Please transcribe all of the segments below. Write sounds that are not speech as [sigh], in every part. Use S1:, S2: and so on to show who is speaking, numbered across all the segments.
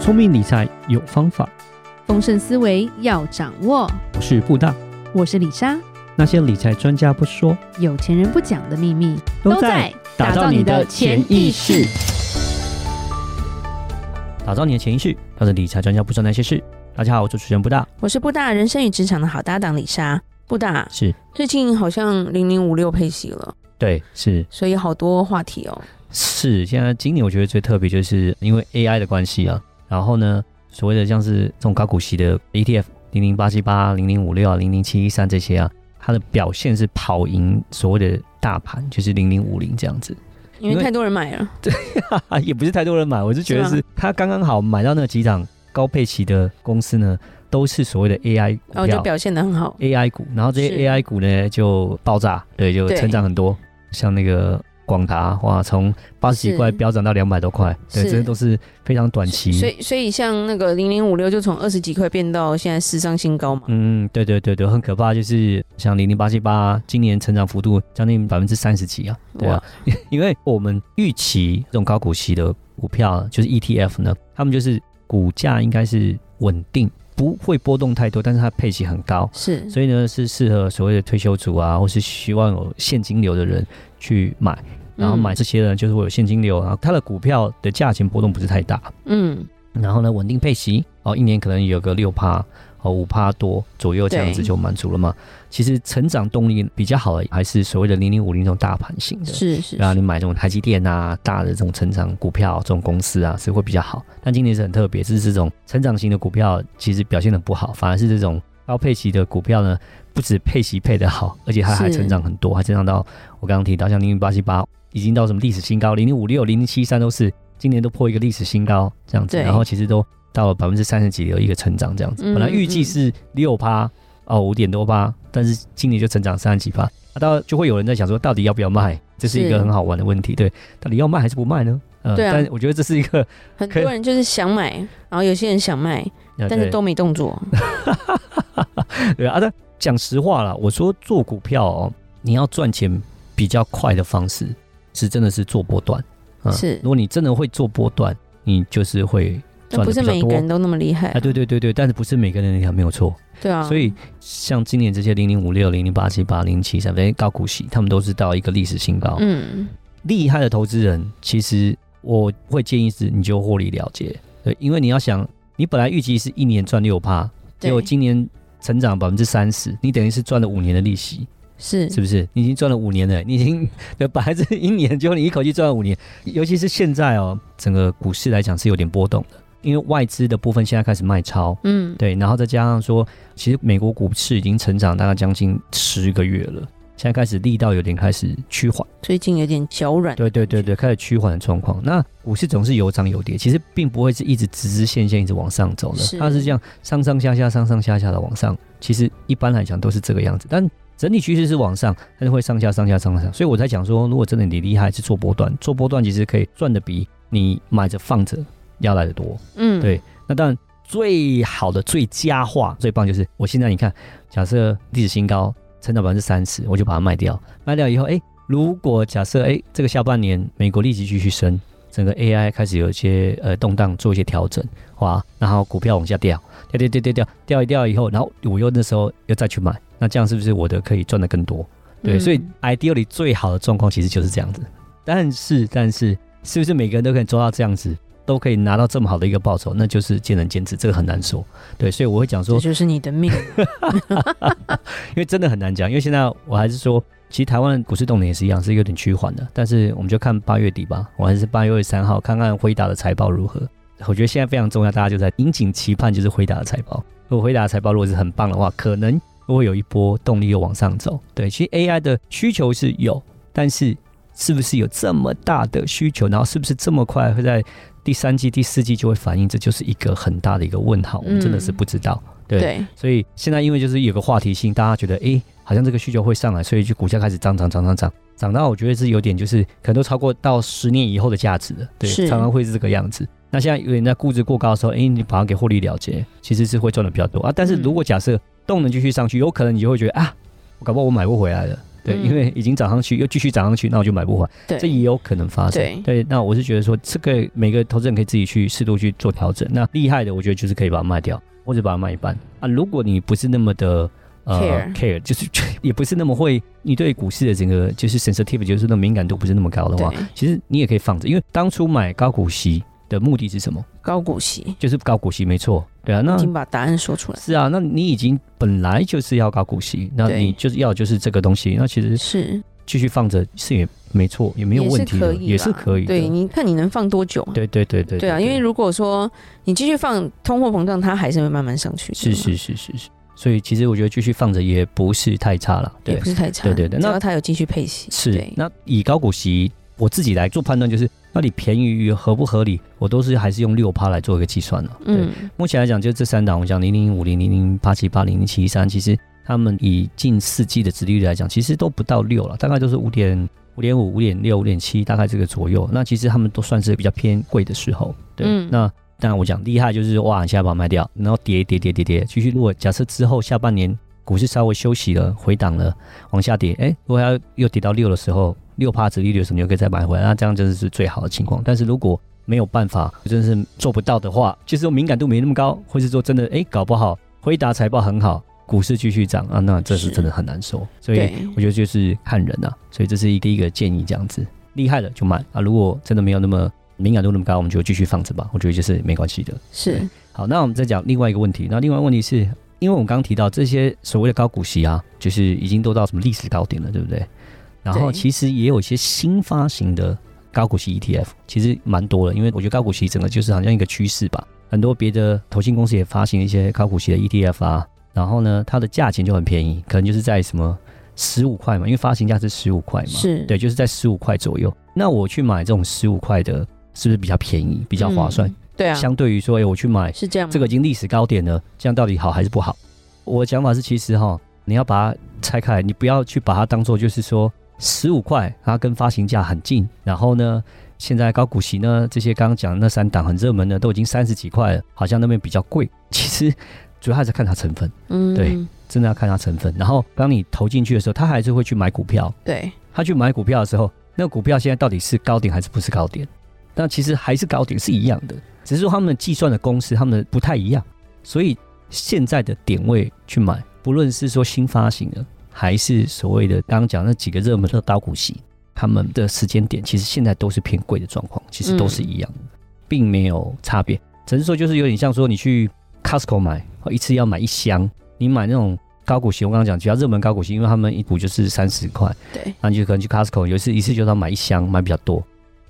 S1: 聪明理财有方法，
S2: 丰盛思维要掌握。
S1: 我是布大。
S2: 我是李莎，
S1: 那些理财专家不说，
S2: 有钱人不讲的秘密
S1: 打造你的潜意识。。打造你的潜意识，让理财专家不说那些事。大家好，我是主持人布大，
S3: 我是布大人生与职场的好搭档李莎。布大
S1: 是
S3: 最近好像零零五六配息了，
S1: 对，是
S3: 所以好多话题哦。
S1: 是。现在今年我觉得最特别，就是因为 AI 的关系啊，然后呢，所谓的像是这种高股息的 ETF 零零八七八、零零五六啊、零零七一三这些啊，它的表现是跑赢所谓的大盘，就是零零五零这样子。
S3: 因
S1: 因为
S3: 为太多人买了，
S1: [laughs] 啊，也不是太多人买，我就觉得
S3: 是吗啊
S1: 是他刚刚好买到那几档高配齐的公司呢，都是所谓的 AI 股
S3: 然哦后就
S1: 票、
S3: 表现得很好。
S1: AI 股，然后这
S3: 是
S1: 些 AI 股呢就爆炸，对，就
S3: 对
S1: 成长很多，像那个。广达哇，从八十几
S3: 是
S1: 块飙涨到两百多块，对，
S3: 是
S1: 这都是非常短期。
S3: 所以，所以像那个零零五六就从二十几块变到现在史上新高嘛。
S1: 嗯，对对对对，很可怕，就是像零零八七八，今年成长幅度将近百分之三十几啊，对啊， [laughs] 因为我们预期这种高股息的股票，就是 ETF 呢，他们就是股价应该是稳定，不会波动太多，但是它配息很高，
S3: 是
S1: 所以呢是适合所谓的退休族啊，或是希望有现金流的人去买，然
S2: 嗯
S3: 嗯
S1: 后买这些人就是会有现金流，然后它的股票的价钱波动不是太大，
S3: 嗯，
S1: 然后呢，稳定配息哦，一年可能有个六趴哦五趴多左右这样子
S3: 对
S1: 就满足了嘛。其实成长动力比较好的还是所谓的零零五零这种大盘型的，
S3: 是是
S1: 然后
S3: 是
S1: 你买这种台积电啊、大的这种成长股票、这种公司啊是会比较好。但今年是很特别，是这种成长型的股票其实表现的不好，反而是这种高配息的股票呢，不止配息配的好，而且它还
S3: 是
S1: 成长很多，还成长到我刚刚提到像零零八七八已经到什么历史新高，零零五六、零零七三都是今年都破一个历史新高这样子，
S3: 对
S1: 然后其实都到了百分之三十几的一个成长这样子，
S3: 嗯
S1: 本来预计是六趴哦五点多趴，但是今年就成长三十几趴，那到就会有人在想说到底要不要卖，这是一个
S3: 是
S1: 很好玩的问题，对，到底要卖还是不卖呢？呃
S3: 对啊
S1: 但我觉得这是一个，
S3: 很多人就是想买，然后有些人想卖，
S1: 呃
S3: 但是
S1: 对
S3: 都没动作。
S1: 对啊，但讲实话啦，我说做股票哦，你要赚钱比较快的方式是真的是做波段。嗯
S3: 是
S1: 如果你真的会做波段，你就是会
S3: 那
S1: 赚
S3: 不
S1: 的比
S3: 是
S1: 较
S3: 每
S1: 多
S3: 个。人都那么厉害
S1: 啊，对对对对，但是不是每个人也没有错。
S3: 对啊，
S1: 所以像今年这些零零五六、零零八七八、零七三，这些高股息，他们都是到一个历史新高。
S3: 嗯，
S1: 厉害的投资人，其实我会建议是你就获利了结，对，因为你要想，你本来预计是一年赚六趴，结
S3: 对
S1: 果，今年成长百分之三十，你等于是赚了五年的利息，
S3: 是
S1: 是不是？你已经赚了五年了，你已经 [laughs] 对，本来是一年，结果你一口气赚了五年。尤其是现在哦，整个股市来讲是有点波动的，因为外资的部分现在开始卖超，
S3: 嗯，
S1: 对，然后再加上说，其实美国股市已经成长大概将近十个月了，现在开始力道有点开始趋缓。
S3: 最近有点脚软。
S1: 对对对对，开始趋缓的状况。那股市总是有涨有跌，其实并不会是一直直直线线一直往上走的，
S3: 是
S1: 它是这样上上下下、上上下下的往上。其实一般来讲都是这个样子，但整体趋势是往上，但是会上下上下上下。所以我在讲说，如果真的你厉害，是做波段，做波段其实可以赚的比你买着放着要来的多。
S3: 嗯，
S1: 对那当然，最好的最佳化、最棒就是我现在你看，假设历史新高，成长百分之三十，我就把它卖掉。卖掉以后，哎，如果假设哎这个下半年美国利息继续升，整个 AI 开始有一些呃动荡，做一些调整，哇，然后股票往下掉，掉掉掉掉掉掉一掉以后，然后我又那时候又再去买，那这样是不是我的可以赚的更多？对，
S3: 嗯
S1: 所以 ideally 最好的状况其实就是这样子。但是，但是，是不是每个人都可以做到这样子，都可以拿到这么好的一个报酬，那就是见仁见智，这个很难说。对，所以我会讲
S3: 这
S1: 说，
S3: 就是你的命。
S1: 因为真的很难讲，因为现在我还是说，其实台湾的股市动能也是一样，是有点趋缓的。但是我们就看八月底吧，我还是八月三号看看辉达的财报如何。我觉得现在非常重要，大家就在引颈期盼，就是辉达的财报。如果辉达的财报如果是很棒的话，可能会有一波动力又往上走。对，其实 AI 的需求是有，但是是不是有这么大的需求，然后是不是这么快会在第三季、第四季就会反映，这就是一个很大的一个问号，我们真的是不知道。 [laughs] 对
S3: 对，
S1: 所以现在因为就是有个话题性，大家觉得诶，好像这个需求会上来，所以就股价开始涨涨涨涨涨，涨到我觉得是有点就是可能都超过到十年以后的价值了，对，
S3: 是
S1: 常常会是这个样子。那现在有点在估值过高的时候，诶，你把它给获利了结，其实是
S3: 嗯
S1: 会赚的比较多啊。但是如果假设动能继续上去，有可能你就会觉得啊，我搞不好我买不回来了，对，
S3: 嗯
S1: 因为已经涨上去又继续涨上去，那我就买不回来，这
S3: 对，
S1: 也有可能发生。
S3: 对
S1: 那我是觉得说，这个每个投资人可以自己去适度去做调整。那厉害的，我觉得就是可以把它卖掉，或者把它卖一半啊。如果你不是那么的。呃
S3: Care
S1: care 就是 [laughs] 也不是那么会，你对股市的整个就是 sensitive 就是那敏感度不是那么高的话
S3: 对，
S1: 其实你也可以放着，因为当初买高股息的目的是什么？
S3: 高股息，
S1: 就是高股息，没错，对啊。那
S3: 已经把答案说出来，
S1: 是啊，那你已经本来就是要高股息，那
S3: 对
S1: 你就是要就是这个东西，那其实
S3: 是
S1: 继续放着是也没错，也没有
S3: 也
S1: 问
S3: 是
S1: 题
S3: 可
S1: 的，
S3: 以啦，
S1: 也是可以的。
S3: 对，你看你能放多久啊？
S1: 对对对对
S3: 对啊，因为如果说你继续放通货膨胀，它还是会慢慢上去的
S1: 是
S3: 嘛，
S1: 是是是是，所以其实我觉得继续放着也不是太差了。
S3: 也
S1: 对
S3: 不，是太差。
S1: 对对对
S3: 只
S1: 那
S3: 要它有继续配息，
S1: 是
S3: 对。
S1: 那以高股息我自己来做判断，就是到底便宜与合不合理，我都是还是用六趴来做一个计算了。对，
S3: 嗯，
S1: 目前来讲，就这三档，我讲零零五零、零零八七八、零零七一三，其实他们以近四季的殖利率来讲，其实都不到六了，大概都是五点五点五、五点六、五点七，大概这个左右。那其实他们都算是比较偏贵的时候。对，
S3: 嗯
S1: 那当然我讲厉害就是哇，你现在把它卖掉，然后跌跌跌跌跌，继续如果假设之后下半年股市稍微休息了、回档了，往下跌，哎，如果要又跌到六的时候，六趴殖利率的时候，你又可以再买回来，那这样真的是最好的情况。但是如果没有办法，真的是做不到的话，就是说敏感度没那么高，或是说真的，哎，搞不好辉达财报很好，股市继续涨啊，那这是
S3: 是
S1: 真的很难受。所以
S3: 对
S1: 我觉得就是看人啊，所以这是一第一个建议，这样子厉害了就买啊，如果真的没有那么敏感度那么高，我们就继续放着吧，我觉得就是没关系的。
S3: 是
S1: 好，那我们再讲另外一个问题。那另外一个问题是，因为我们刚刚提到这些所谓的高股息啊，就是已经都到什么历史高点了，对不对？然后
S3: 对
S1: 其实也有一些新发行的高股息 ETF，其实蛮多的，因为我觉得高股息整个就是好像一个趋势吧。很多别的投信公司也发行一些高股息的 ETF 啊，然后呢，它的价钱就很便宜，可能就是在什么十五块嘛，因为发行价是十五块嘛，
S3: 是，
S1: 对，就是在十五块左右。那我去买这种十五块的，是不是比较便宜，比
S3: 比
S1: 较划算？，
S3: 对啊，
S1: 相对于说，哎、我去买
S3: 是这样吗，
S1: 这个已经历史高点了，这样到底好还是不好？我的想法是，其实哈，你要把它拆开来，你不要去把它当做就是说十五块，它跟发行价很近，然后呢，现在高股息呢，这些刚刚讲的那三档很热门的，都已经三十几块了，好像那边比较贵。其实主要还是看它成分，
S3: 嗯，
S1: 对真的要看它成分。然后当你投进去的时候，他还是会去买股票，
S3: 对
S1: 他去买股票的时候，那个股票现在到底是高点还是不是高点？但其实还是高点是一样的，只是说他们计算的公式他们的不太一样，所以现在的点位去买，不论是说新发行的，还是所谓的刚刚讲那几个热门的高股息，他们的时间点其实现在都是偏贵的状况，其实都是一样的，并没有差别，只是说就是有点像说你去 Costco 买，一次要买一箱，你买那种高股息，我刚刚讲比较热门高股息，因为他们一股就是三十块。
S3: 对，
S1: 那你就可能去 Costco，有一次一次就要买一箱，买比较多。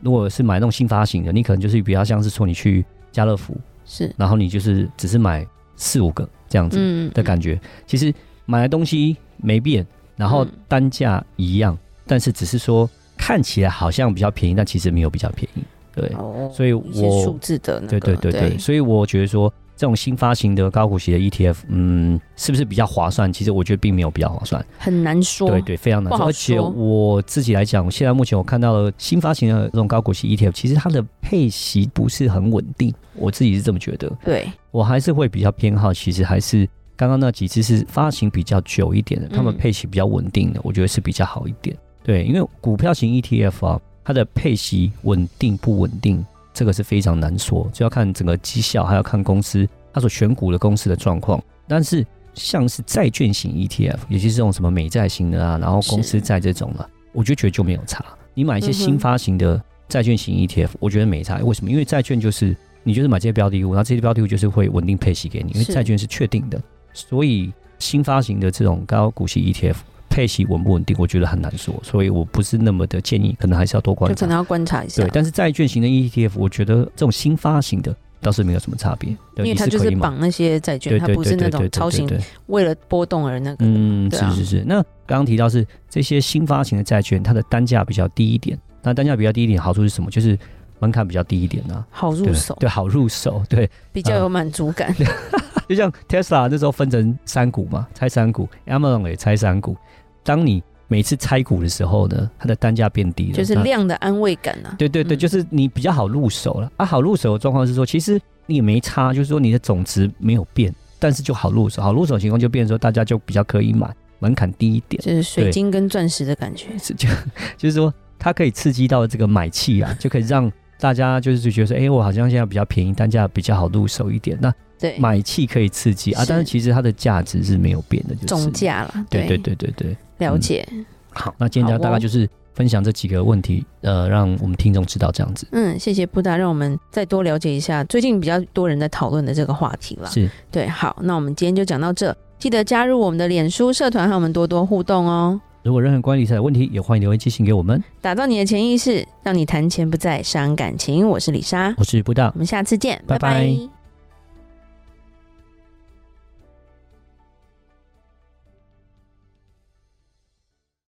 S1: 如果是买那种新发行的，你可能就是比较像是说你去家乐福，
S3: 是，
S1: 然后你就是只是买四五个这样子
S3: 嗯
S1: 的感觉。其实买的东西没变，然后
S3: 嗯
S1: 单价一样，但是只是说看起来好像比较便宜，但其实没有比较便宜。对，
S3: 哦
S1: 所以
S3: 一些
S1: 我
S3: 数字的那
S1: 对
S3: 个，
S1: 对对对，所以我觉得说这种新发行的高股息的 ETF，嗯，是不是比较划算？其实我觉得并没有比较划算。
S3: 很难说，
S1: 对对，非常难
S3: 不
S1: 说。
S3: 好
S1: 而且
S3: 说
S1: 我自己来讲，现在目前我看到了新发行的这种高股息 ETF，其实它的配息不是很稳定，我自己是这么觉得。
S3: 对
S1: 我还是会比较偏好，其实还是刚刚那几只是发行比较久一点的，他们
S3: 嗯
S1: 配息比较稳定的，我觉得是比较好一点。对，因为股票型 ETF 啊，它的配息稳定不稳定，这个是非常难说，就要看整个绩效，还要看公司它所选股的公司的状况。但是像是债券型 E ETF，尤其是这种什么美债型的啊，然后公司
S3: 是
S1: 债这种啊，我就觉得就没有差。你买一些
S3: 嗯
S1: 新
S3: 哼
S1: 发行的债券型 ETF，、我觉得没差。为什么？因为债券就是你就是买这些标的物，然后这些标的物就是会稳定配息给你，因为
S3: 是
S1: 债券是确定的。所以新发行的这种高股息 ETF 配息稳不稳定，我觉得很难说，所以我不是那么的建议，可能还是要多观
S3: 就可
S1: 察。
S3: 能要观察一下
S1: 对，，但是债券型的 ETF，我觉得这种新发行的倒是没有什么差别，
S3: 因
S1: 对，
S3: 为
S1: 也
S3: 它
S1: 是
S3: 就
S1: 可以
S3: 是
S1: 买。
S3: 绑那些债券，它不是那种超型
S1: 对
S3: 为了波动而那个的嘛，
S1: 嗯，
S3: 对啊
S1: 是是是。那刚刚提到是这些新发行的债券，它的单价比较低一点。那单价比较低一点，好处是什么？就是门槛比较低一点啊，
S3: 好入
S1: 对
S3: 手，
S1: 对，嗯好入手，对。
S3: 比较有满足感，
S1: 就像 Tesla 那时候分成三股嘛，拆三股，Amazon 也拆三股。当你每次拆股的时候呢，它的单价变低了，
S3: 就是
S1: 那
S3: 量的安慰感啊，
S1: 嗯对对对，
S3: 嗯
S1: 就是你比较好入手了。啊，好入手的状况是说，其实你也没差，就是说你的总值没有变，但是就好入手。好入手的情况就变成说，大家就比较可以买。门槛低一点，
S3: 就是水
S1: 对
S3: 晶跟钻石的感觉。
S1: 是就就是说它可以刺激到这个买气啊，就可以让大家就是觉得说，哎、我好像现在比较便宜，单价比较好入手一点，那
S3: 对，
S1: 买气可以刺激啊，
S3: 是
S1: 但是其实它的价值是没有变的，就是
S3: 总。价啦。
S1: 对对，对嗯对对，
S3: 了解。
S1: 好，那今天
S3: 好哦
S1: 大概就是分享这几个问题，呃，让我们听众知道这样子。
S3: 嗯，谢谢布达，让我们再多了解一下最近比较多人在讨论的这个话题啦。
S1: 是，
S3: 对，好，那我们今天就讲到这，记得加入我们的脸书社团，和我们多多互动哦。
S1: 如果任何关于理财的问题，也欢迎留言寄信给我们。
S3: 打造你的潜意识，让你谈钱不再伤感情。我是李莎，
S1: 我是布大
S3: 我，们下次见，
S1: 拜拜
S3: 拜拜